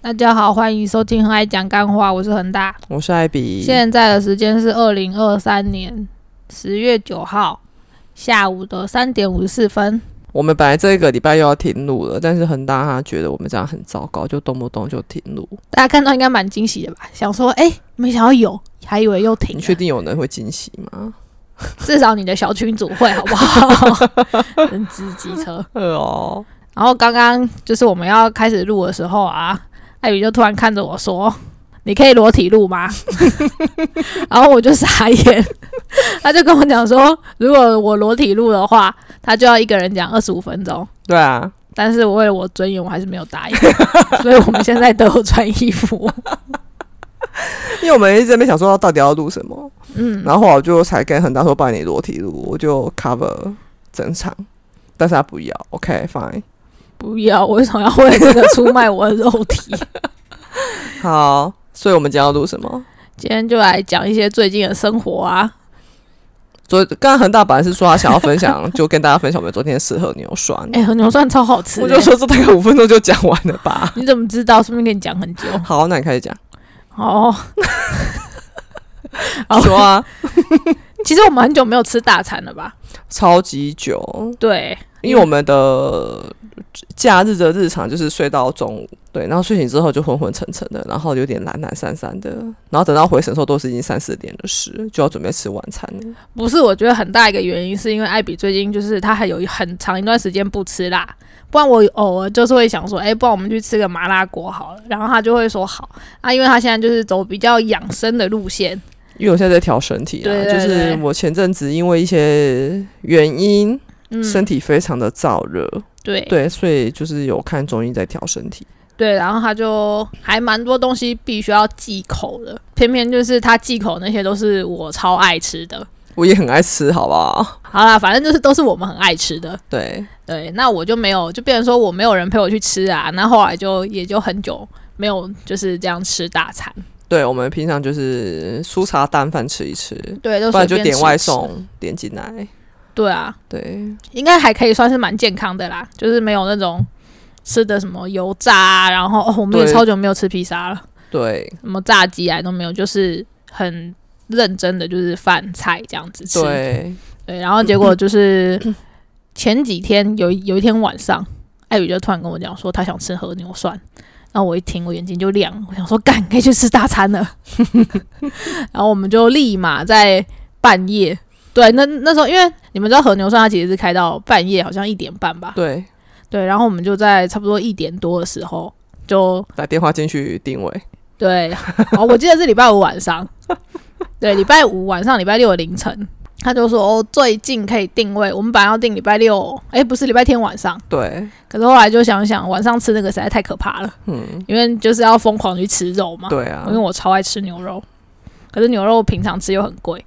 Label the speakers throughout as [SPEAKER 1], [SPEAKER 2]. [SPEAKER 1] 大家好，欢迎收听《很爱讲干话》，我是恒大。
[SPEAKER 2] 我是艾比。
[SPEAKER 1] 现在的时间是二零二三年十月九号下午的三点五十四分。
[SPEAKER 2] 我们本来这个礼拜又要停录了，但是恒大他觉得我们这样很糟糕，就动不动就停录。
[SPEAKER 1] 大家看到应该蛮惊喜的吧？想说，哎、没想到有，还以为又停啊
[SPEAKER 2] 你
[SPEAKER 1] 了。
[SPEAKER 2] 确定有人会惊喜吗？
[SPEAKER 1] 至少你的小群组会好不好？人资机车。
[SPEAKER 2] 呃哦，
[SPEAKER 1] 然后刚刚就是我们要开始录的时候啊，艾宇就突然看着我说：“你可以裸体录吗？” 然后我就傻眼，他就跟我讲说：“如果我裸体录的话，他就要一个人讲二十五分钟。
[SPEAKER 2] 对啊，”
[SPEAKER 1] 但是我为了我尊严，我还是没有答 应，所以我们现在都有穿衣服。
[SPEAKER 2] 因为我们一直在那边想说到底要录什么，
[SPEAKER 1] 嗯，
[SPEAKER 2] 然后后来我就才跟恒大说，把你裸体录，我就 cover 整场，但是他不要，OK fine，
[SPEAKER 1] 不要，我为什么要为了这个出卖我的肉体？
[SPEAKER 2] 好，所以我们今天要录什么？
[SPEAKER 1] 今天就来讲一些最近的生活啊，
[SPEAKER 2] 昨刚刚恒大本来是说他想要分享，就跟大家分享我们昨天适合牛涮，
[SPEAKER 1] 哎、和牛涮超好吃、
[SPEAKER 2] 我就
[SPEAKER 1] 欸。
[SPEAKER 2] 说这大概五分钟就讲完了吧。
[SPEAKER 1] 你怎么知道？顺便跟你讲很久。
[SPEAKER 2] 好，那你开始讲，
[SPEAKER 1] 哦，好
[SPEAKER 2] 说啊。
[SPEAKER 1] 其实我们很久没有吃大餐了吧？
[SPEAKER 2] 超级久，
[SPEAKER 1] 对，
[SPEAKER 2] 因为我们的假日的日常就是睡到中午，对，然后睡醒之后就昏昏沉沉的，然后有点懒懒散散的，然后等到回神的时候都是已经三四点的事，就要准备吃晚餐了。
[SPEAKER 1] 不是，我觉得很大一个原因是因为艾比最近就是他还有一很长一段时间不吃辣，不然我偶尔就是会想说，哎、不然我们去吃个麻辣锅好了，然后他就会说好啊，因为他现在就是走比较养生的路线，
[SPEAKER 2] 因为我现在在调身体啊，
[SPEAKER 1] 对对
[SPEAKER 2] 就是
[SPEAKER 1] 对
[SPEAKER 2] 我前阵子因为一些原因，
[SPEAKER 1] 嗯，
[SPEAKER 2] 身体非常的燥热，
[SPEAKER 1] 对
[SPEAKER 2] 对，所以就是有看中医在调身体。
[SPEAKER 1] 对，然后他就还蛮多东西必须要忌口的，偏偏就是他忌口那些都是我超爱吃的。
[SPEAKER 2] 我也很爱吃，好不好？
[SPEAKER 1] 好啦，反正就是都是我们很爱吃的，
[SPEAKER 2] 对，
[SPEAKER 1] 对，那我就没有，就变成说我没有人陪我去吃啊。那后来就也就很久没有就是这样吃大餐，
[SPEAKER 2] 对，我们平常就是粗茶淡饭吃一吃，
[SPEAKER 1] 对，就
[SPEAKER 2] 不然
[SPEAKER 1] 随
[SPEAKER 2] 就
[SPEAKER 1] 便
[SPEAKER 2] 点
[SPEAKER 1] 吃
[SPEAKER 2] 外
[SPEAKER 1] 吃。
[SPEAKER 2] 送，点进来。
[SPEAKER 1] 对啊，
[SPEAKER 2] 对，
[SPEAKER 1] 应该还可以算是蛮健康的啦，就是没有那种吃的什么油炸啊，然后哦，我们也
[SPEAKER 2] 对
[SPEAKER 1] 超久没有吃披萨了，
[SPEAKER 2] 对
[SPEAKER 1] 什么炸鸡啊都没有，就是很认真的就是饭菜这样子吃。
[SPEAKER 2] 对，
[SPEAKER 1] 对，然后结果就是前几天有一有一天晚上，艾宇就突然跟我讲说他想吃和牛涮，然后我一听我眼睛就亮了，我想说干可以去吃大餐了， 然后我们就立马在半夜，对，那那时候因为你们知道和牛涮它其实是开到半夜，好像一点半吧，
[SPEAKER 2] 对，
[SPEAKER 1] 对，然后我们就在差不多一点多的时候就
[SPEAKER 2] 打电话进去定位，
[SPEAKER 1] 对，哦，我记得是礼拜五晚上，对，礼拜五晚上，礼拜六的凌晨，他就说、哦、最近可以定位，我们本来要定礼拜六，哎，不是礼拜天晚上，
[SPEAKER 2] 对，
[SPEAKER 1] 可是后来就想想晚上吃那个实在太可怕了，
[SPEAKER 2] 嗯，
[SPEAKER 1] 因为就是要疯狂去吃肉嘛，
[SPEAKER 2] 对啊
[SPEAKER 1] 哦因为，我超爱吃牛肉，可是牛肉平常吃又很贵，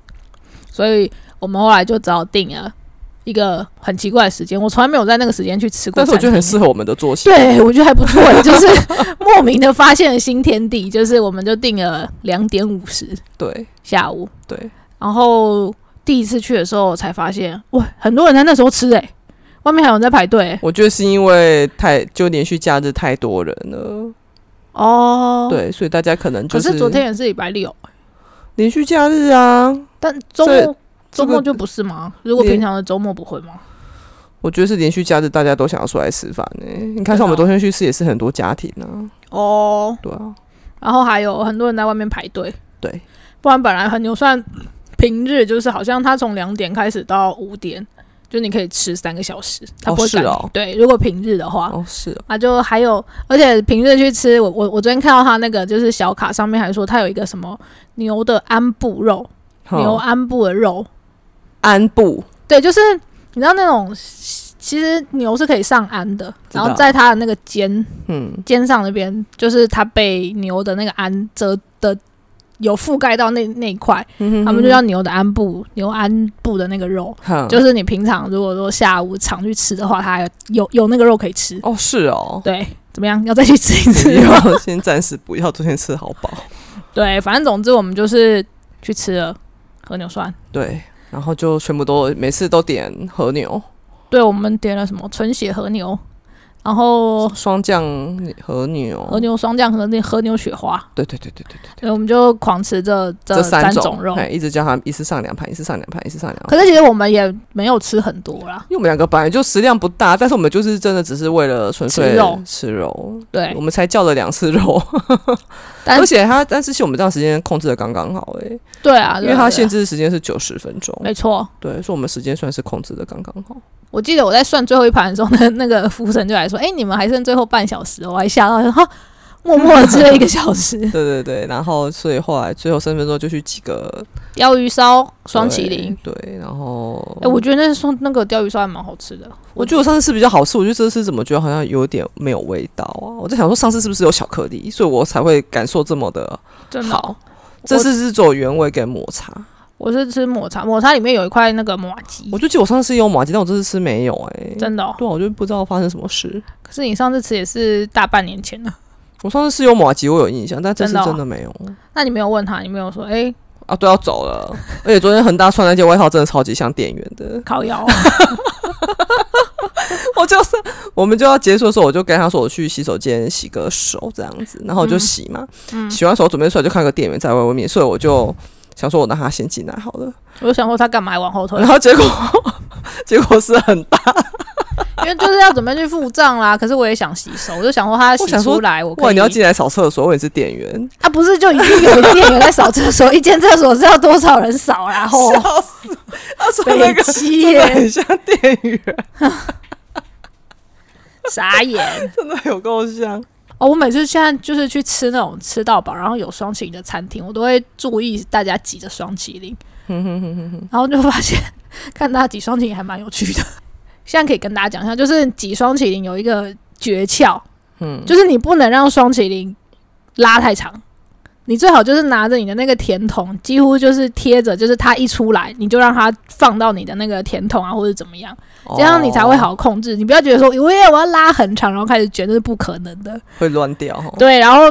[SPEAKER 1] 所以我们后来就只好定了一个很奇怪的时间，我从来没有在那个时间去吃过
[SPEAKER 2] 但
[SPEAKER 1] 餐厅，
[SPEAKER 2] 是我觉得很适合我们的作息，
[SPEAKER 1] 对，我觉得还不 错，就是莫名的发现了新天地，就是我们就定了两点五十
[SPEAKER 2] 对
[SPEAKER 1] 下午，
[SPEAKER 2] 对，
[SPEAKER 1] 然后第一次去的时候才发现，哇，很多人在那时候吃诶、外面还有人在排队、欸、
[SPEAKER 2] 我觉得是因为太就连续假日太多人了，
[SPEAKER 1] 哦。，
[SPEAKER 2] 对，所以大家可能就
[SPEAKER 1] 可是昨天也是礼拜六，
[SPEAKER 2] 连续假日啊，
[SPEAKER 1] 但周
[SPEAKER 2] 这
[SPEAKER 1] 末周末
[SPEAKER 2] 这个
[SPEAKER 1] 就不是吗？如果
[SPEAKER 2] 连
[SPEAKER 1] 平常的周末不会吗？
[SPEAKER 2] 我觉得是连续假日大家都想要出来吃饭呢、你看，像我
[SPEAKER 1] 真的哦
[SPEAKER 2] 们昨天去吃也是很多家庭啊，
[SPEAKER 1] 哦，
[SPEAKER 2] 对啊，
[SPEAKER 1] 然后还有很多人在外面排队，
[SPEAKER 2] 对，
[SPEAKER 1] 不然本来很牛算平日就是好像他从两点开始到五点，就你可以吃三个小时，他
[SPEAKER 2] 哦
[SPEAKER 1] 不会
[SPEAKER 2] 是
[SPEAKER 1] 赶你、
[SPEAKER 2] 哦
[SPEAKER 1] 对，如果平日的话，
[SPEAKER 2] 哦是哦，
[SPEAKER 1] 啊就还有，而且平日去吃，我我我昨天看到他那个就是小卡上面还说他有一个什么牛的鞍部肉，牛
[SPEAKER 2] 好
[SPEAKER 1] 鞍部的肉，
[SPEAKER 2] 安布，
[SPEAKER 1] 对，就是你知道那种。其实牛是可以上鞍的，
[SPEAKER 2] 知
[SPEAKER 1] 然
[SPEAKER 2] 道
[SPEAKER 1] 后在它的那个肩
[SPEAKER 2] 嗯，
[SPEAKER 1] 肩上那边，就是它被牛的那个鞍遮的有覆盖到那那一块，他
[SPEAKER 2] 他
[SPEAKER 1] 们就叫牛的鞍部，牛鞍部的那个肉，
[SPEAKER 2] 嗯
[SPEAKER 1] 就是是你平常如果说下午常去吃的话，它还有有有那个肉可以吃。
[SPEAKER 2] 哦是哦，
[SPEAKER 1] 对，怎么样？要再去吃一
[SPEAKER 2] 不
[SPEAKER 1] 次吗？
[SPEAKER 2] 要先暂时不要，昨天吃好饱。
[SPEAKER 1] 对，反正总之我们就是去吃了和牛涮。
[SPEAKER 2] 对，然后就全部都每次都点和牛，
[SPEAKER 1] 对，我们点了什么纯血和牛，然然后
[SPEAKER 2] 双酱和牛，
[SPEAKER 1] 哦和牛双酱和那和牛雪花，
[SPEAKER 2] 对对对对对对，
[SPEAKER 1] 对，我们就狂吃这这
[SPEAKER 2] 这
[SPEAKER 1] 三
[SPEAKER 2] 种
[SPEAKER 1] 肉。
[SPEAKER 2] 哎，一直叫他一次上两盘，一次上两盘，一次上两盘。
[SPEAKER 1] 可是其实我们也没有吃很多啦，
[SPEAKER 2] 因为我们两个本来就食量不大，但是我们就是真的只是为了纯粹
[SPEAKER 1] 吃肉哎
[SPEAKER 2] 吃肉
[SPEAKER 1] 对
[SPEAKER 2] 我，们才叫了两次 肉，
[SPEAKER 1] 但
[SPEAKER 2] 而且他但是其实我们这样时间控制的刚刚好哎、
[SPEAKER 1] 对啊，对啊
[SPEAKER 2] 因为他限，
[SPEAKER 1] 对
[SPEAKER 2] 制时间是九十分钟
[SPEAKER 1] 啊，没错。
[SPEAKER 2] 对，所以我们时间算是控制的刚刚好。。
[SPEAKER 1] 我记得我在算最后一盘的时候，那那个服务生就来说：“哎、你们还剩最后半小时。”我还吓到，说：“哈，默默的吃了一个小时
[SPEAKER 2] 对对对，然后所以后来最后三分钟就去几个”
[SPEAKER 1] 鲷鱼烧双麒麟，，
[SPEAKER 2] 对，对然后
[SPEAKER 1] 哎、我觉得那双那个鲷鱼烧还蛮好吃的。
[SPEAKER 2] 我觉得我上次吃比较好吃，我觉得这次怎么觉得好像有点没有味道啊？我在想说上次是不是有巧克力，所以我才会感受这么的。
[SPEAKER 1] 真的哦，
[SPEAKER 2] 这次是走原味跟抹茶，
[SPEAKER 1] 我是吃抹茶，抹茶里面有一块那个马吉
[SPEAKER 2] 我，就记得我上次有抹茶，但我这次吃没有哎、
[SPEAKER 1] 真的、哦。
[SPEAKER 2] 对啊，我就不知道发生什么事。
[SPEAKER 1] 可是你上次吃也是大半年前了，
[SPEAKER 2] 我上次是有抹吉，我有印象，但这次
[SPEAKER 1] 真的哦
[SPEAKER 2] 真的没有
[SPEAKER 1] 那你没有问他，你没有说：“哎、
[SPEAKER 2] 啊。对，要走了，而且昨天恒大穿那件外套真的超级像店员的。
[SPEAKER 1] 烤窑啊。
[SPEAKER 2] 我就是我们就要结束的时候，我就跟他说我去洗手间洗个手这样子，然后我就洗嘛，
[SPEAKER 1] 嗯
[SPEAKER 2] 洗完手准备出来就看个店员在外面，所以我就想说我让他先进来好了，”
[SPEAKER 1] 我就想说他干嘛还往后退
[SPEAKER 2] 然？后结果结果是很大，
[SPEAKER 1] 因为就是要准备去付账啦。可是我也想洗手，我就想说他洗
[SPEAKER 2] 我想说
[SPEAKER 1] 出来，我可
[SPEAKER 2] 哇！
[SPEAKER 1] 以。
[SPEAKER 2] 你要进来扫厕所，我也是店员，
[SPEAKER 1] 啊，不是就已经有店员在扫厕所，一间厕所是要多少人扫啦？吼，
[SPEAKER 2] 笑死！ 他说那
[SPEAKER 1] 北
[SPEAKER 2] 个
[SPEAKER 1] 七
[SPEAKER 2] 真的
[SPEAKER 1] 耶，
[SPEAKER 2] 很像店员，
[SPEAKER 1] 傻眼。
[SPEAKER 2] 真的有够像。
[SPEAKER 1] 哦，我每次现在就是去吃那种吃到饱，然后有双麒麟的餐厅，我都会注意大家挤着双麒麟，
[SPEAKER 2] 哼哼哼哼哼。
[SPEAKER 1] 然后就发现看大家挤双麒麟还蛮有趣的。现在可以跟大家讲一下，就是挤双麒麟有一个诀窍，
[SPEAKER 2] 嗯，
[SPEAKER 1] 就是你不能让双麒麟拉太长，你最好就是拿着你的那个甜筒，几乎就是贴着，就是它一出来你就让它放到你的那个甜筒啊，或者怎么样， 这样你才会
[SPEAKER 2] 哦，
[SPEAKER 1] 好控制。你不要觉得说，我也我要拉很长，然后开始卷，那是不可能的。
[SPEAKER 2] 会乱掉哈。
[SPEAKER 1] 对，然后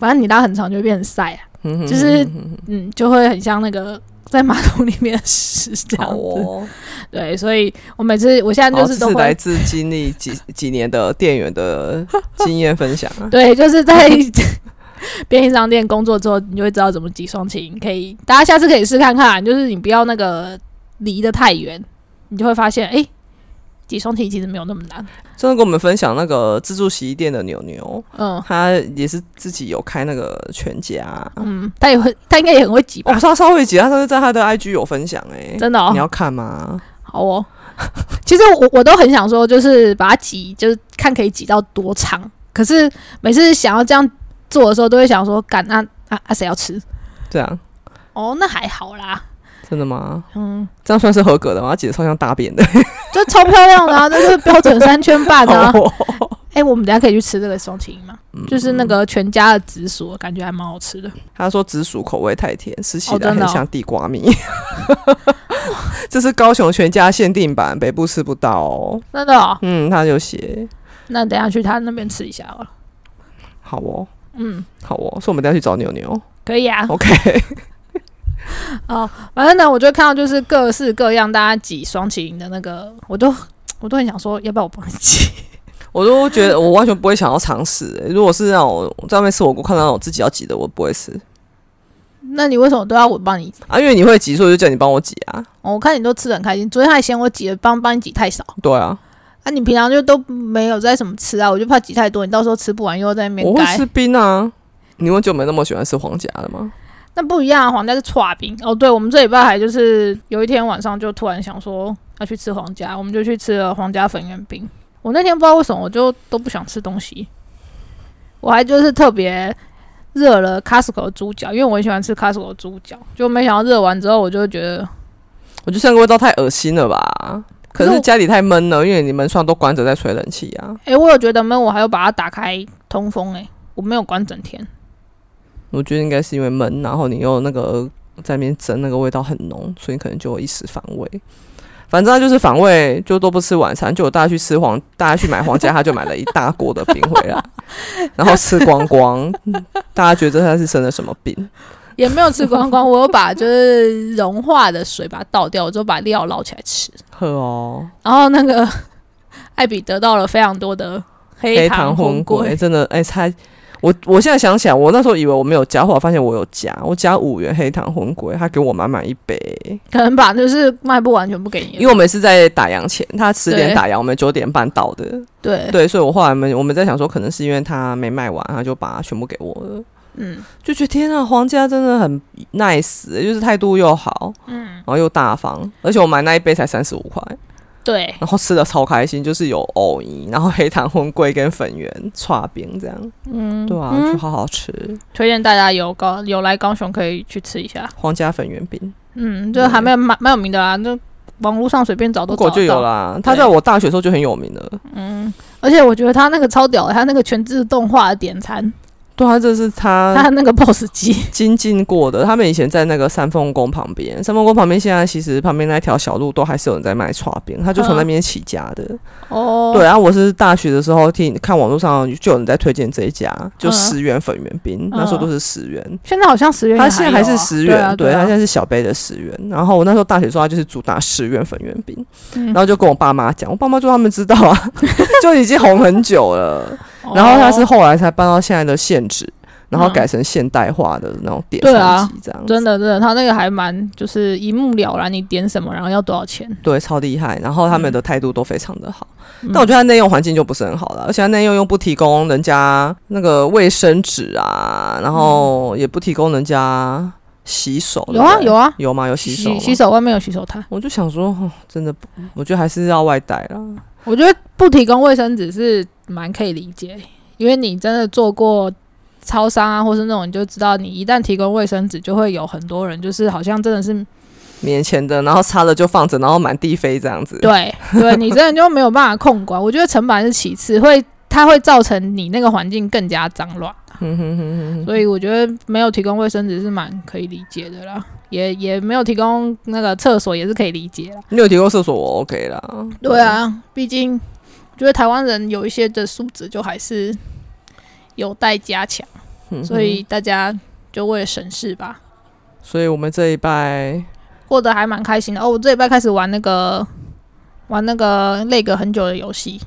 [SPEAKER 1] 反正你拉很长就会变成塞啊，
[SPEAKER 2] 嗯哼
[SPEAKER 1] 就是
[SPEAKER 2] 哼哼哼
[SPEAKER 1] 嗯，就会很像那个。在马桶里面的屎这样
[SPEAKER 2] 好
[SPEAKER 1] 子，
[SPEAKER 2] 哦。
[SPEAKER 1] 对，所以我每次我现在
[SPEAKER 2] 好，
[SPEAKER 1] 就
[SPEAKER 2] 这
[SPEAKER 1] 是都
[SPEAKER 2] 是
[SPEAKER 1] 会
[SPEAKER 2] 来自经历几几年的店员的经验分享啊。
[SPEAKER 1] 对，就是在 便利商店工作之后，你就会知道怎么挤双擎。可以，大家下次可以试看看，就是你不要那个离得太远，你就会发现，哎、挤双擎其实没有那么难。
[SPEAKER 2] 真的跟我们分享那个自助洗衣店的牛牛，
[SPEAKER 1] 嗯
[SPEAKER 2] 他也是自己有开那个全家。
[SPEAKER 1] 嗯，他也会，他应该也很会挤
[SPEAKER 2] 哦，
[SPEAKER 1] 吧？
[SPEAKER 2] 他稍微姐，他上次在他的 IG 有分享哎、
[SPEAKER 1] 真的哦，
[SPEAKER 2] 你要看吗？
[SPEAKER 1] 好哦。 其实我我都很想说，就是把它挤，就是看可以挤到多长。可是每次想要这样做的时候，都会想说，干那啊啊谁要吃？
[SPEAKER 2] 这样
[SPEAKER 1] 哦，那还好啦，
[SPEAKER 2] 啊真的吗？
[SPEAKER 1] 嗯，
[SPEAKER 2] 这样算是合格的吗？他姐超像大便的，
[SPEAKER 1] 就超漂亮的啊， 这就是标准三圈半啊。
[SPEAKER 2] 哦
[SPEAKER 1] 哎、我们等一下可以去吃这个双麒麟吗？ 就是那个全家的紫薯，感觉还蛮好吃的。
[SPEAKER 2] 嗯他说紫薯口味太甜，吃起
[SPEAKER 1] 哦
[SPEAKER 2] 来
[SPEAKER 1] 真的哦
[SPEAKER 2] 很像地瓜米。 这是高雄全家限定版，北部吃不到哦。
[SPEAKER 1] 真的、哦？
[SPEAKER 2] 嗯，他有写，
[SPEAKER 1] 那等一下去他那边吃一下好了。
[SPEAKER 2] 好哦，
[SPEAKER 1] 嗯，
[SPEAKER 2] 好哦，所以我们等一下去找牛牛。
[SPEAKER 1] 可以啊。
[SPEAKER 2] OK，
[SPEAKER 1] 哦，反正呢，我就看到就是各式各样大家挤双麒麟的那个，我都我都很想说，要不要我帮你 挤？
[SPEAKER 2] 我都觉得我完全不会想要尝试、欸如果是让我在外面吃火锅看到我自己要挤的，我不会吃
[SPEAKER 1] 那你为什么都要我帮你？
[SPEAKER 2] 啊，因为你会挤，所以我就叫你帮我挤啊。
[SPEAKER 1] 哦我看你都吃的很开心，昨天还嫌我挤的帮帮你挤太少。
[SPEAKER 2] 对啊，
[SPEAKER 1] 啊，你平常就都没有在什么吃啊，我就怕挤太多，你到时候吃不完又在那边
[SPEAKER 2] 我会
[SPEAKER 1] 该
[SPEAKER 2] 吃。冰啊。你很久没那么喜欢吃皇家了吗？
[SPEAKER 1] 那不一样啊，皇家是串冰哦。对，我们这礼拜还就是有一天晚上就突然想说要去吃皇家，我们就去吃了皇家粉圆冰。我那天不知道为什么我就都不想吃东西，我还就是特别热了 Costco 的猪脚，因为我很喜欢吃 Costco 的猪脚，就没想到热完之后我就觉得
[SPEAKER 2] 我觉得那个味道太恶心了吧？
[SPEAKER 1] 可
[SPEAKER 2] 可
[SPEAKER 1] 是我
[SPEAKER 2] 是家里太闷了，因为你门窗都关着在吹冷气啊。
[SPEAKER 1] 诶，我有觉得闷，我还要把它打开通风诶，我没有关整天。
[SPEAKER 2] 我觉得应该是因为闷，然后你又那个在那边蒸，那个味道很浓，所以可能就会一时反胃。反正他就是反胃，就都不吃晚餐，就我大家去吃黄，大家去买黄家，他就买了一大锅的冰回来， 然后吃光光。大家觉得他是生了什么病？
[SPEAKER 1] 也没有吃光光，我有把就是融化的水把它倒掉，我就把料捞起来吃。
[SPEAKER 2] 呵哦，
[SPEAKER 1] 然后那个艾比得到了非常多的黑
[SPEAKER 2] 糖
[SPEAKER 1] 糖
[SPEAKER 2] 混
[SPEAKER 1] 鬼，
[SPEAKER 2] 真的哎、猜我我现在想起来，我那时候以为我没有加，后来发现我有加，我加五元黑糖混鬼，他给我满满一杯，
[SPEAKER 1] 可能吧，就是卖不完全不给
[SPEAKER 2] 因
[SPEAKER 1] 你
[SPEAKER 2] 为。我们是在打烊前，他十点
[SPEAKER 1] 对
[SPEAKER 2] 打烊，我们九点半到的，
[SPEAKER 1] 对，
[SPEAKER 2] 对，所以我后来我们我们在想说，可能是因为他没卖完，他就把它全部给我了，
[SPEAKER 1] 嗯
[SPEAKER 2] 就觉得天啊，皇家真的很 nice，就是态度又好，
[SPEAKER 1] 嗯，
[SPEAKER 2] 然后又大方，而且我买那一杯才三十五块，
[SPEAKER 1] 对，
[SPEAKER 2] 然后吃的超开心，就是有藕泥，然后黑糖混桂跟粉圆串冰这样，
[SPEAKER 1] 嗯，
[SPEAKER 2] 对啊，
[SPEAKER 1] 嗯
[SPEAKER 2] 就好好吃。
[SPEAKER 1] 推荐大家有高有来高雄可以去吃一下。
[SPEAKER 2] 皇家粉圆饼，
[SPEAKER 1] 嗯，这还蛮蛮蛮有名的啦，那网络上随便找都
[SPEAKER 2] 不
[SPEAKER 1] 找
[SPEAKER 2] 过
[SPEAKER 1] 得到。
[SPEAKER 2] 就有啦。它
[SPEAKER 1] 对
[SPEAKER 2] 在我大学的时候就很有名了。
[SPEAKER 1] 嗯，而且我觉得他那个超屌的，他那个全自动化的点餐，
[SPEAKER 2] 对啊，这是
[SPEAKER 1] 他
[SPEAKER 2] 他
[SPEAKER 1] 那个 POS 机，
[SPEAKER 2] 精进过的。他们以前在那个三凤宫旁边，三凤宫旁边现在其实旁边那条小路都还是有人在卖串冰，他就从
[SPEAKER 1] 嗯
[SPEAKER 2] 那边起家的。
[SPEAKER 1] 哦，
[SPEAKER 2] 对，然、后我是大学的时候听看网络上就有人在推荐这一家，就
[SPEAKER 1] 嗯
[SPEAKER 2] 十元粉圆冰，那时候都是十元。
[SPEAKER 1] 现在好像十元也有
[SPEAKER 2] 它
[SPEAKER 1] 啊，
[SPEAKER 2] 现在还是十元，
[SPEAKER 1] 对啊，
[SPEAKER 2] 对，
[SPEAKER 1] 啊
[SPEAKER 2] 它现在是小杯的十元。然后我那时候大学时候，它就是主打十元粉圆饼，
[SPEAKER 1] 嗯
[SPEAKER 2] 然后就跟我爸妈讲，我爸妈就他们知道 啊，就已经红很久了。然后它是
[SPEAKER 1] 哦
[SPEAKER 2] 后来才搬到现在的县址，然后
[SPEAKER 1] 嗯
[SPEAKER 2] 改成现代化的那种点
[SPEAKER 1] 对啊
[SPEAKER 2] 餐机这样子，
[SPEAKER 1] 真的真的，他那个还蛮就是一目了然，你点什么，然后要多少钱。
[SPEAKER 2] 对，超厉害。然后他们的态度都非常的好，
[SPEAKER 1] 嗯
[SPEAKER 2] 但我觉得它内用环境就不是很好了，而且它内用又不提供人家那个卫生纸啊，然后也不提供人家洗手。
[SPEAKER 1] 嗯有啊
[SPEAKER 2] 哦对不对
[SPEAKER 1] 有啊，
[SPEAKER 2] 有吗？有洗手吗？
[SPEAKER 1] 洗手外面有洗手台，
[SPEAKER 2] 我就想说，哦真的不，我觉得还是要外带啦。
[SPEAKER 1] 我觉得不提供卫生纸是蛮可以理解，因为你真的做过超商啊，或是那种你就知道，你一旦提供卫生纸，就会有很多人就是好像真的是
[SPEAKER 2] 免钱的，然后擦了就放着，然后满地飞这样子。
[SPEAKER 1] 对啊对，你真的就没有办法控管。我觉得成本还是其次，会它会造成你那个环境更加脏乱，
[SPEAKER 2] 嗯 哼哼哼哼，
[SPEAKER 1] 所以我觉得没有提供卫生纸是蛮可以理解的啦。也也没有提供那个厕所也是可以理解啦。
[SPEAKER 2] 你有提供厕所，我 OK 啦。
[SPEAKER 1] 对，啊，毕竟我觉得台湾人有一些的素质就还是有待加强。
[SPEAKER 2] 嗯哼
[SPEAKER 1] 所以大家就为了省事吧，
[SPEAKER 2] 所以我们这一拜
[SPEAKER 1] 过得还蛮开心的。哦，我这礼拜开始玩那个玩那个那个很久的游戏，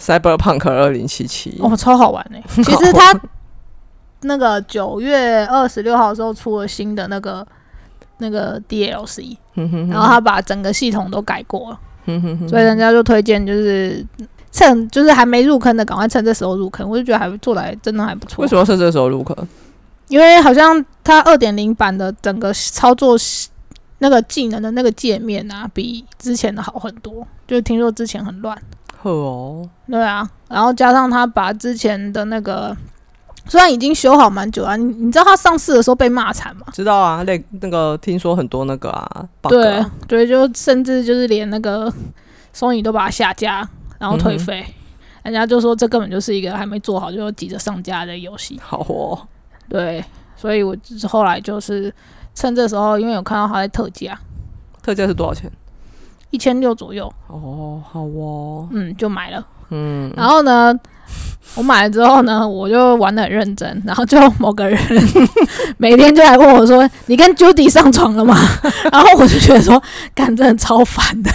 [SPEAKER 2] Cyberpunk 二零七七，
[SPEAKER 1] 哦，超好玩哎、其实 它那个九月二十六号的时候出了新的那个那个 DLC，
[SPEAKER 2] 嗯哼哼
[SPEAKER 1] 然后它把整个系统都改过了，
[SPEAKER 2] 嗯哼哼
[SPEAKER 1] 所以人家就推荐就是。趁就是还没入坑的，赶快趁这时候入坑，我就觉得还做的还真的还不错。
[SPEAKER 2] 为什么要趁这个时候入坑？
[SPEAKER 1] 因为好像它二点零版的整个操作系那个技能的那个界面啊，比之前的好很多。就听说之前很乱，
[SPEAKER 2] 呵哦，
[SPEAKER 1] 对啊，然后加上它把之前的那个虽然已经修好蛮久了，啊你你知道它上市的时候被骂惨吗？
[SPEAKER 2] 知道啊，那那个听说很多那个啊，bug
[SPEAKER 1] 对
[SPEAKER 2] 啊，
[SPEAKER 1] 对，就甚至就是连那个 Sony 都把它下架，然后退费。人家就说这根本就是一个还没做好就急着上架的游戏，
[SPEAKER 2] 好哦，
[SPEAKER 1] 对，所以我就是后来就是趁这时候，因为有看到它在特价，
[SPEAKER 2] 特价是多少钱？
[SPEAKER 1] 一千六左右，
[SPEAKER 2] 哦，好哦，
[SPEAKER 1] 嗯，就买了。
[SPEAKER 2] 嗯，
[SPEAKER 1] 然后呢，我买了之后呢，我就玩的很认真，然后就某 个人每天就来问我说：“你跟 Judy 上床了吗？” 然后我就觉得说，干真的超烦的、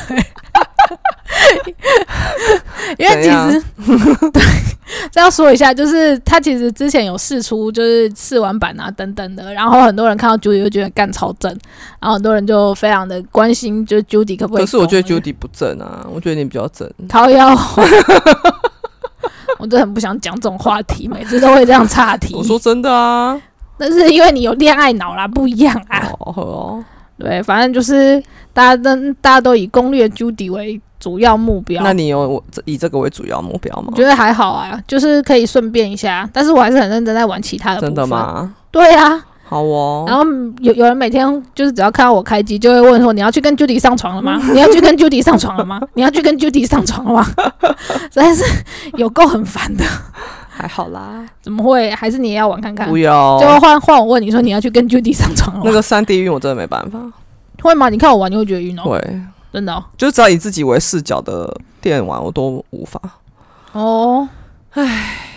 [SPEAKER 1] 因为其实对，这要说一下，就是他其实之前有试出，就是试玩版啊等等的，然后很多人看到 Judy 就觉得干超正，然后很多人就非常的关心，就是 Judy 可不可以
[SPEAKER 2] 可
[SPEAKER 1] 攻
[SPEAKER 2] 是
[SPEAKER 1] 略？
[SPEAKER 2] 我觉得 Judy 不正啊，我觉得你比较正。
[SPEAKER 1] 掏腰花。 我真的很不想讲这种话题，每次都会这样岔题。
[SPEAKER 2] 我说真的啊，
[SPEAKER 1] 但是因为你有恋爱脑啦，不一样啊。
[SPEAKER 2] 哦呵哦，
[SPEAKER 1] 对，反正就是大家都大家都以攻略 Judy 为主要目标。
[SPEAKER 2] 那你有我这以这个为主要目标吗
[SPEAKER 1] 我？觉得还好啊，就是可以顺便一下，但是我还是很认真在玩其他的。
[SPEAKER 2] 真的？吗？
[SPEAKER 1] 对啊，
[SPEAKER 2] 好哦，
[SPEAKER 1] 然后有有人每天就是只要看到我开机，就会问说：“你要去跟 Judy 上床了 吗？你要去跟 Judy 上床了吗？你要去跟 Judy 上床了吗？” 实在是有够很烦的。
[SPEAKER 2] 还好啦，
[SPEAKER 1] 怎么会？还是你也要玩看看？
[SPEAKER 2] 不要
[SPEAKER 1] 就换换我问你说你要去跟 Judy 上床了吗？
[SPEAKER 2] 那个三 D 晕，我真的没办法。
[SPEAKER 1] 哦会吗？你看我玩你会觉得晕哦，
[SPEAKER 2] 对，
[SPEAKER 1] 真的哦。
[SPEAKER 2] 就只要以自己为视角的电玩，我都无法，
[SPEAKER 1] 哦，唉，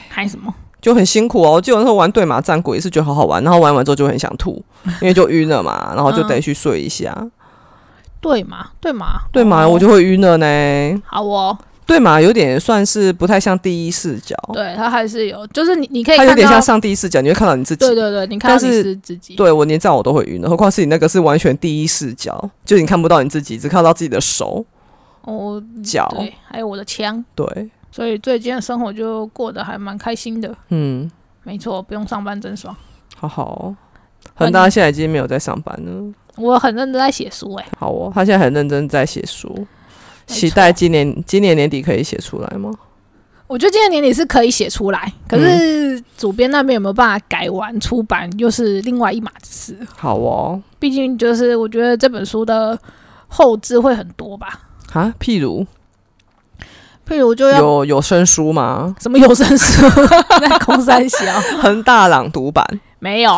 [SPEAKER 1] 还什么？
[SPEAKER 2] 就很辛苦哦。我记得那时候玩对马战鬼也是觉得好好玩，然后玩完之后就很想 吐，因为就晕了嘛，然后就得去
[SPEAKER 1] 哦
[SPEAKER 2] 睡一下。
[SPEAKER 1] 对嘛？对嘛？
[SPEAKER 2] 对嘛，
[SPEAKER 1] 哦
[SPEAKER 2] 我就会晕了呢。
[SPEAKER 1] 好哦。
[SPEAKER 2] 对嘛，有点算是不太像第一视角，
[SPEAKER 1] 对他还是有，就是你你可以
[SPEAKER 2] 它
[SPEAKER 1] 看
[SPEAKER 2] 哦有点
[SPEAKER 1] 到
[SPEAKER 2] 像上帝视角，你会看到你自己。
[SPEAKER 1] 对对对，你看到
[SPEAKER 2] 但
[SPEAKER 1] 你
[SPEAKER 2] 是
[SPEAKER 1] 是自己，
[SPEAKER 2] 对我连这样我都会晕的，何况是你那个是完全第一视角，就你看不到你自己，只看到自己的手
[SPEAKER 1] 哦，
[SPEAKER 2] 脚。
[SPEAKER 1] 对，还有我的枪，
[SPEAKER 2] 对，
[SPEAKER 1] 所以最近的生活就过得还蛮开心的，
[SPEAKER 2] 嗯，
[SPEAKER 1] 没错，不用上班真爽。
[SPEAKER 2] 好好、哦。
[SPEAKER 1] 那
[SPEAKER 2] 恒大
[SPEAKER 1] 你
[SPEAKER 2] 现在已经没有在上班了，
[SPEAKER 1] 我很认真在写书、欸，哎，
[SPEAKER 2] 好哦，他现在很认真在写书，
[SPEAKER 1] 没
[SPEAKER 2] 期
[SPEAKER 1] 错
[SPEAKER 2] 待今年今年年底可以写出来吗？
[SPEAKER 1] 我觉得今年年底是可以写出来，可
[SPEAKER 2] 嗯
[SPEAKER 1] 是主编那边有没有办法改完出版，又是另外一码子事。
[SPEAKER 2] 好哦，
[SPEAKER 1] 毕竟就是我觉得这本书的后置会很多吧，
[SPEAKER 2] 啊，譬如
[SPEAKER 1] 譬如就要
[SPEAKER 2] 有有声 书吗？
[SPEAKER 1] 什么有声书 在啊空山小，
[SPEAKER 2] 恒大朗读版
[SPEAKER 1] 没有，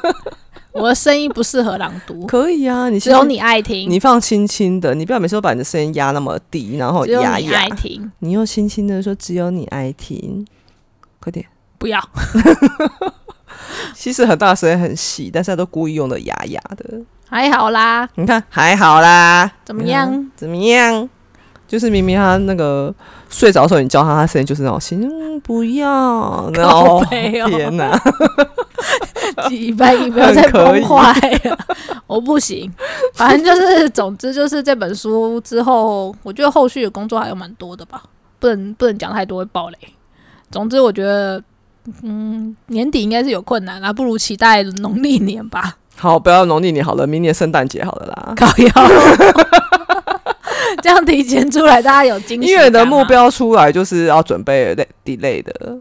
[SPEAKER 1] 我的声音不适合朗读，
[SPEAKER 2] 可以啊，你
[SPEAKER 1] 只有
[SPEAKER 2] 先
[SPEAKER 1] 你爱听，
[SPEAKER 2] 你放轻轻的，你不要每次都把你的声音压那么低，然后
[SPEAKER 1] 只有
[SPEAKER 2] 压
[SPEAKER 1] 你
[SPEAKER 2] 压
[SPEAKER 1] 爱，听，
[SPEAKER 2] 你又轻轻的说只有你爱听，快点。
[SPEAKER 1] 不要。
[SPEAKER 2] 其实很大声音很细，但是他都故意用的哑哑的。
[SPEAKER 1] 还好啦，
[SPEAKER 2] 你看还好啦，
[SPEAKER 1] 怎么样？
[SPEAKER 2] 嗯怎么样？就是明明他那个睡着的时候，你叫他，他声音就是那种心、嗯、不要，然后、
[SPEAKER 1] 靠背哦
[SPEAKER 2] 天哪，
[SPEAKER 1] 礼拜一不要再
[SPEAKER 2] 很可以
[SPEAKER 1] 崩坏了， 我不行。反正就是，总之就是这本书之后，我觉得后续的工作还有蛮多的吧，不能不能讲太多会爆雷。总之，我觉得，嗯，年底应该是有困难啦，不如期待农历年 吧。
[SPEAKER 2] 好，不要农历年好了，明年圣诞节好了啦。
[SPEAKER 1] 搞腰，这样提前出来，大家有惊喜。啊
[SPEAKER 2] 因为你的目标出来就是要准备 delay- delay 的，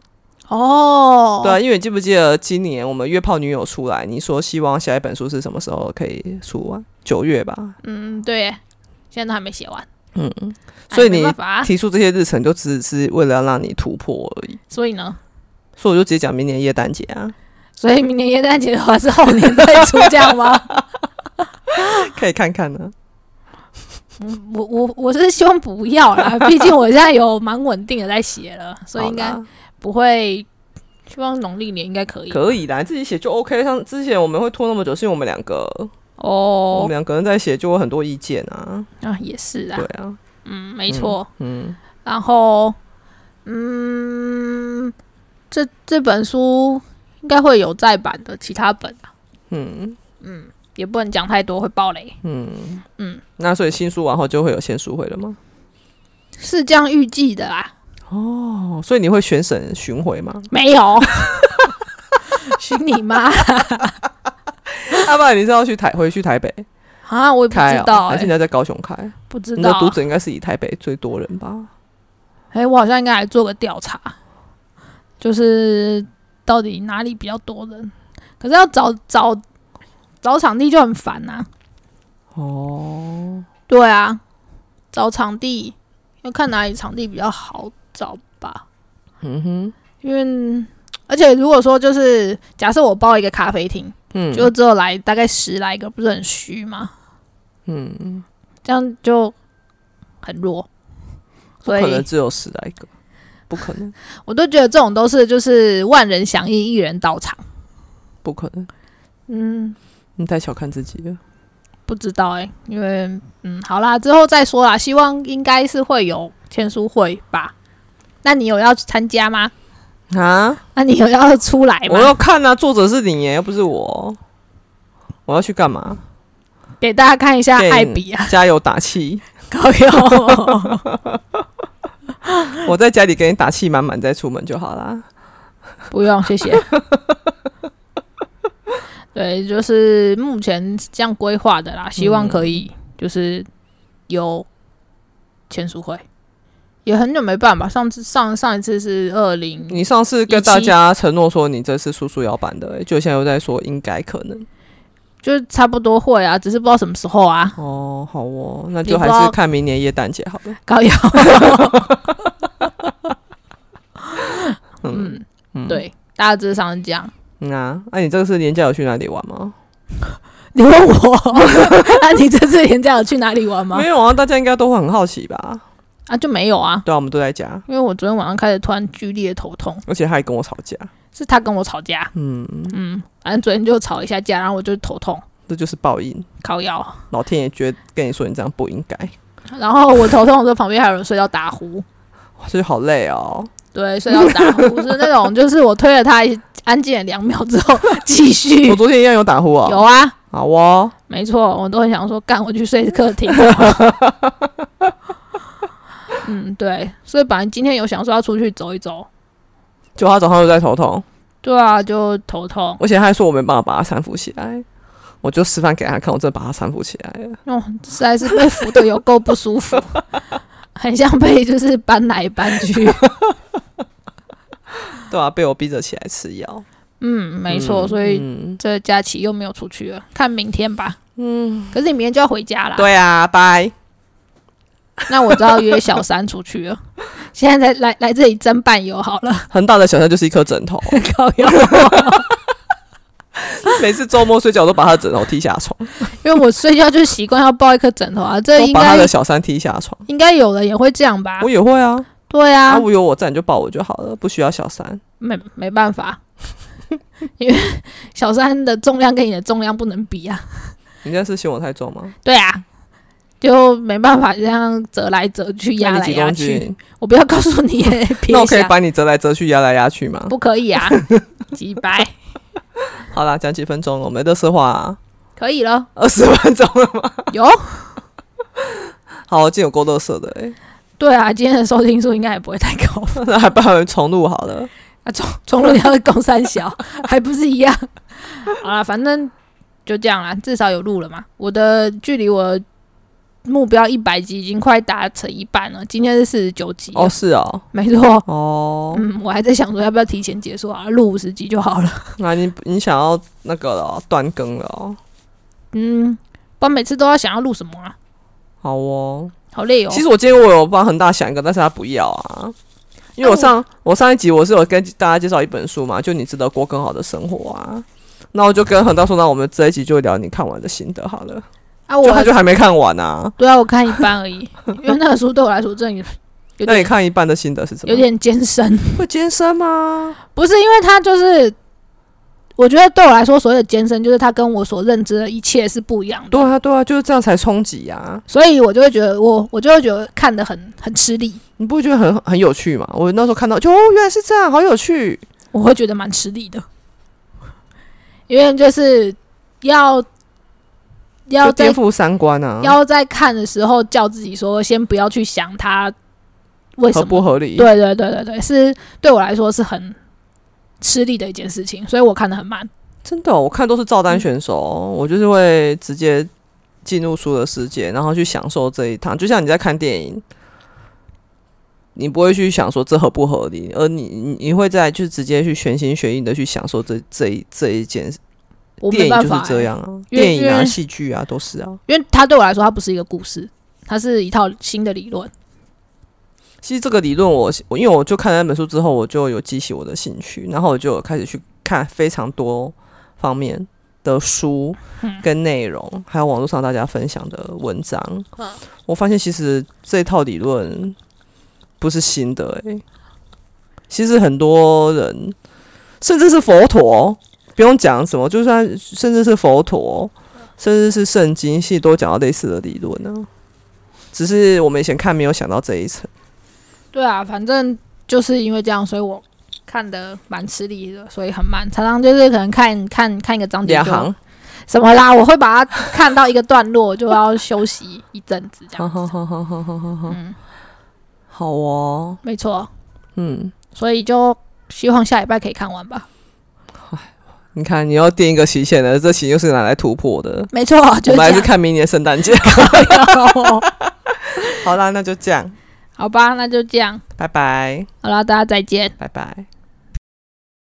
[SPEAKER 1] 哦，
[SPEAKER 2] 对啊，因为你记不记得今年我们约炮女友出来，你说希望下一本书是什么时候可以出啊？九月吧，
[SPEAKER 1] 嗯，对耶，现在都还没写完，
[SPEAKER 2] 嗯，
[SPEAKER 1] 哎
[SPEAKER 2] 所以你
[SPEAKER 1] 没办法啊，
[SPEAKER 2] 提出这些日程就只是为了要让你突破而已，
[SPEAKER 1] 所以呢，
[SPEAKER 2] 所以我就直接讲明年耶诞节啊，
[SPEAKER 1] 所以明年元旦节的话是后年再出，这样 吗？
[SPEAKER 2] 可以看看呢、
[SPEAKER 1] 我我我是希望不要啦， 毕竟我现在有蛮稳定的在写了，所以应该
[SPEAKER 2] 好啦
[SPEAKER 1] 不会。希望农历年应该可以
[SPEAKER 2] 可以啦，自己写就 OK。像之前我们会拖那么久，是因为我们两个，我
[SPEAKER 1] 哦
[SPEAKER 2] 们两个人在写就有很多意见啊。
[SPEAKER 1] 啊，也是啊
[SPEAKER 2] 对，啊，
[SPEAKER 1] 嗯，没错。
[SPEAKER 2] 嗯，
[SPEAKER 1] 然后，嗯，这这本书应该会有再版的其他本啊，
[SPEAKER 2] 嗯
[SPEAKER 1] 也不能讲太多，会爆雷。
[SPEAKER 2] 嗯
[SPEAKER 1] 嗯
[SPEAKER 2] 嗯。那所以新书完后就会有新书会了吗？
[SPEAKER 1] 是这样预计的啊，
[SPEAKER 2] 哦，所以你会选省巡回吗？
[SPEAKER 1] 没 有，许你妈
[SPEAKER 2] 要、不然你是要去台回去台北
[SPEAKER 1] 啊！我也不
[SPEAKER 2] 开
[SPEAKER 1] 知
[SPEAKER 2] 啊、
[SPEAKER 1] 道、
[SPEAKER 2] 还是
[SPEAKER 1] 欸
[SPEAKER 2] 你，要在高雄开？
[SPEAKER 1] 不知
[SPEAKER 2] 你的
[SPEAKER 1] 道
[SPEAKER 2] 读者应该是以台北最多人吧？
[SPEAKER 1] 哎、我好像应该来做个调查，就是到底哪里比较多人？可是要找找找场地就很烦呐、
[SPEAKER 2] 哦，
[SPEAKER 1] 对啊，找场地要看哪里场地比较好找吧，
[SPEAKER 2] 嗯哼，
[SPEAKER 1] 因为而且如果说就是假设我包一个咖啡厅，
[SPEAKER 2] 嗯，
[SPEAKER 1] 就只有来大概十来个，不是很虚吗？
[SPEAKER 2] 嗯，
[SPEAKER 1] 这样就很弱，
[SPEAKER 2] 不
[SPEAKER 1] 所
[SPEAKER 2] 可能
[SPEAKER 1] 以
[SPEAKER 2] 只有十来个，不可 能，
[SPEAKER 1] 我都觉得这种都是就是万人响应，一人到场。
[SPEAKER 2] 不可能，
[SPEAKER 1] 嗯，
[SPEAKER 2] 你太小看自己了。
[SPEAKER 1] 不知道哎、因为嗯，好啦，之后再说啦。希望应该是会有签书会吧？那你有要参加吗？
[SPEAKER 2] 啊！
[SPEAKER 1] 那你有要出来
[SPEAKER 2] 我
[SPEAKER 1] 吗？
[SPEAKER 2] 要看啊，作者是你耶，又不是我。我要去干嘛？
[SPEAKER 1] 给大家看一下
[SPEAKER 2] 给
[SPEAKER 1] 艾比啊，
[SPEAKER 2] 加油打气！
[SPEAKER 1] 高友。
[SPEAKER 2] 我在家里给你打气满满，再出门就好啦。
[SPEAKER 1] 不用，谢 谢。对，就是目前是这样规划的啦，希望可以就是有签书会，也很久没办吧。上次上上一次是二零
[SPEAKER 2] 你上次跟大家承诺说你这次叔叔要办的耶，就现在又在说应该可能。
[SPEAKER 1] 就是差不多会啊，只是不知道什么时候啊。
[SPEAKER 2] 哦，好哦，那
[SPEAKER 1] 你
[SPEAKER 2] 就
[SPEAKER 1] 不
[SPEAKER 2] 还
[SPEAKER 1] 知道
[SPEAKER 2] 是看明年耶诞节好了。
[SPEAKER 1] 高 瑶，
[SPEAKER 2] 嗯嗯，
[SPEAKER 1] 对，大致上是这样。
[SPEAKER 2] 嗯啊，那、你这次年假有去哪里玩吗？
[SPEAKER 1] 你问我， 啊，你这次年假有去哪里玩吗
[SPEAKER 2] 没？有啊，大家应该都会很好奇吧？
[SPEAKER 1] 啊，就没有啊，
[SPEAKER 2] 对啊，我们都在家，
[SPEAKER 1] 因为我昨天晚上开始突然剧烈头痛，
[SPEAKER 2] 而且他还跟我吵架。
[SPEAKER 1] 是他跟我吵架，
[SPEAKER 2] 嗯，
[SPEAKER 1] 嗯，反正昨天就吵一下架，然后我就头痛，
[SPEAKER 2] 这就是报应，
[SPEAKER 1] 靠腰。
[SPEAKER 2] 老天爷觉得跟你说你这样不应该。
[SPEAKER 1] 然后我头痛的时候，旁边还有人睡到打呼，
[SPEAKER 2] 哇所以好累哦。
[SPEAKER 1] 对，睡到打呼是那种，就是我推了他一安静了两秒之后继续
[SPEAKER 2] 我。昨天一样有打呼啊、
[SPEAKER 1] 嗯有啊，
[SPEAKER 2] 好哦，
[SPEAKER 1] 没错，我都很想说，干，我去睡客厅。 嗯，对，所以本来今天有想说要出去走一走，
[SPEAKER 2] 就他早上又在头痛，
[SPEAKER 1] 对啊，就头痛。
[SPEAKER 2] 而且他还说我没办法把他搀扶起来，我就示范给他看，我真的把他搀扶起来了。
[SPEAKER 1] 哦，实在是被扶的有够不舒服， 很像被就是搬来搬去。
[SPEAKER 2] 对啊，被我逼着起来吃药。
[SPEAKER 1] 嗯，没错，
[SPEAKER 2] 嗯
[SPEAKER 1] 所以
[SPEAKER 2] 嗯
[SPEAKER 1] 这假期又没有出去了，看明天吧。
[SPEAKER 2] 嗯，
[SPEAKER 1] 可是你明天就要回家啦，
[SPEAKER 2] 对啊，拜。
[SPEAKER 1] 那我就要约小三出去 了。现在来来来这里争伴游好了，
[SPEAKER 2] 很大的小象就是一颗枕头，
[SPEAKER 1] 靠腰，
[SPEAKER 2] 每次周末睡觉我都把他的枕头踢下床，
[SPEAKER 1] 因为我睡觉就习惯要抱一颗枕头啊，这
[SPEAKER 2] 都
[SPEAKER 1] 应
[SPEAKER 2] 把他
[SPEAKER 1] 该
[SPEAKER 2] 的小三踢下床。
[SPEAKER 1] 应该有人也会这样吧
[SPEAKER 2] 我？也会啊，
[SPEAKER 1] 对
[SPEAKER 2] 啊，
[SPEAKER 1] 啊，
[SPEAKER 2] 我有我在你就抱我就好了，不需要小三。
[SPEAKER 1] 没没办法， 因为小三的重量跟你的重量不能比啊。
[SPEAKER 2] 你那是嫌我太重吗？
[SPEAKER 1] 对啊，就没办法这样折来折去、压
[SPEAKER 2] 那
[SPEAKER 1] 来
[SPEAKER 2] 你几
[SPEAKER 1] 压
[SPEAKER 2] 公
[SPEAKER 1] 去。
[SPEAKER 2] 斤？
[SPEAKER 1] 我不要告诉你 耶，撇
[SPEAKER 2] 那我
[SPEAKER 1] 一
[SPEAKER 2] 可以
[SPEAKER 1] 下，
[SPEAKER 2] 把你折来折去、压来压去吗？
[SPEAKER 1] 不可以啊，几 百
[SPEAKER 2] 好啦，讲几分钟了，我们的色话
[SPEAKER 1] 可以了，
[SPEAKER 2] 二十分钟了吗？
[SPEAKER 1] 有。
[SPEAKER 2] 好，我今天有够乐色的、欸，
[SPEAKER 1] 对啊，今天的收听数应该也不会太高
[SPEAKER 2] 那还不然重录好了。
[SPEAKER 1] 啊，重重录掉的公三小还不是一样？ 好啦，反正就这样啦，至少有录了嘛。我的距离我目标一百集已经快达成一半了，今天是四十九集了
[SPEAKER 2] 哦，是哦，
[SPEAKER 1] 没错。
[SPEAKER 2] 哦，
[SPEAKER 1] 嗯，我还在想说要不要提前结束啊，录五十集就好了。
[SPEAKER 2] 那你你想要那个了哦，断更了哦，
[SPEAKER 1] 嗯，不然每次都要想要录什么啊，
[SPEAKER 2] 好哦。
[SPEAKER 1] 好累哦。
[SPEAKER 2] 其实我今天我有帮恒大想一个，但是他不要啊，因为我
[SPEAKER 1] 哦
[SPEAKER 2] 上我上一集我是有跟大家介绍一本书嘛，就你值得过更好的生活啊。那我就跟恒大说，那我们这一集就聊你看完的心得好了。
[SPEAKER 1] 啊，
[SPEAKER 2] 就
[SPEAKER 1] 我
[SPEAKER 2] 他
[SPEAKER 1] 很
[SPEAKER 2] 就还没看完啊，
[SPEAKER 1] 对啊，我看一半而已，因为那个书对我来说真的有
[SPEAKER 2] 那你
[SPEAKER 1] 点
[SPEAKER 2] 看一半的心得是什么？
[SPEAKER 1] 有点艰深，
[SPEAKER 2] 会艰深吗？
[SPEAKER 1] 不是因为它就是。我觉得对我来说，所谓的艰深，就是它跟我所认知的一切是不一样的，
[SPEAKER 2] 对啊，对啊，就是这样才冲击啊！
[SPEAKER 1] 所以我就会觉得我我就会觉得看得很很吃力，
[SPEAKER 2] 你不会觉得很很有趣吗？我那时候看到就哦，原来是这样，好有趣。
[SPEAKER 1] 我会觉得蛮吃力的，因为就是要要
[SPEAKER 2] 就
[SPEAKER 1] 在
[SPEAKER 2] 颠覆三观啊，
[SPEAKER 1] 要在看的时候叫自己说，先不要去想它为什
[SPEAKER 2] 合
[SPEAKER 1] 么
[SPEAKER 2] 不合理？，
[SPEAKER 1] 对对对对对，是对我来说是很吃力的一件事情，所以我看的很慢。
[SPEAKER 2] 真的哦、我看都是
[SPEAKER 1] 嗯
[SPEAKER 2] 照单选手哦，我就是会直接进入书的世界，然后去享受这一趟，就像你在看电影。你不会去想说这合不合理，而你你你会在就直接去全心全意的去享受这这一这一件事。
[SPEAKER 1] 我
[SPEAKER 2] 电
[SPEAKER 1] 没
[SPEAKER 2] 影
[SPEAKER 1] 办
[SPEAKER 2] 就
[SPEAKER 1] 法
[SPEAKER 2] 是
[SPEAKER 1] 欸、
[SPEAKER 2] 这样啊，
[SPEAKER 1] 因为
[SPEAKER 2] 电影
[SPEAKER 1] 因
[SPEAKER 2] 啊、
[SPEAKER 1] 为
[SPEAKER 2] 戏剧啊都是啊。
[SPEAKER 1] 因为它对我来说，它不是一个故事，它是一套新的理论。
[SPEAKER 2] 其实这个理论我，我因为我就看了那本书之后，我就有激起我的兴趣，然后我就有开始去看非常多方面的书跟内容，还有网络上大家分享的文章。我发现其实这套理论不是新的、欸，其实很多人，甚至是佛陀，不用讲什么，就算甚至是佛陀，甚至是圣经系都讲到类似的理论呢、只是我们以前看没有想到这一层。
[SPEAKER 1] 对啊，反正就是因为这样，所以我看的蛮吃力的，所以很慢。常常就是可能看看看一个章节
[SPEAKER 2] 两
[SPEAKER 1] 就
[SPEAKER 2] 行，
[SPEAKER 1] 什么啦，我会把它看到一个段落就要休息一阵子这
[SPEAKER 2] 好
[SPEAKER 1] 样。
[SPEAKER 2] 好好好好好好好，
[SPEAKER 1] 嗯，
[SPEAKER 2] 好哦，
[SPEAKER 1] 没错，
[SPEAKER 2] 嗯，
[SPEAKER 1] 所以就希望下礼拜可以看完吧。
[SPEAKER 2] 你看你要定一个期限了，这期又是拿来突破的，
[SPEAKER 1] 没错，就是这
[SPEAKER 2] 我们还是
[SPEAKER 1] 样。
[SPEAKER 2] 看明年 圣诞节。 好啦，那就这样，
[SPEAKER 1] 好吧，那就这样。
[SPEAKER 2] 拜拜，
[SPEAKER 1] 好啦，大家再见。
[SPEAKER 2] 拜拜。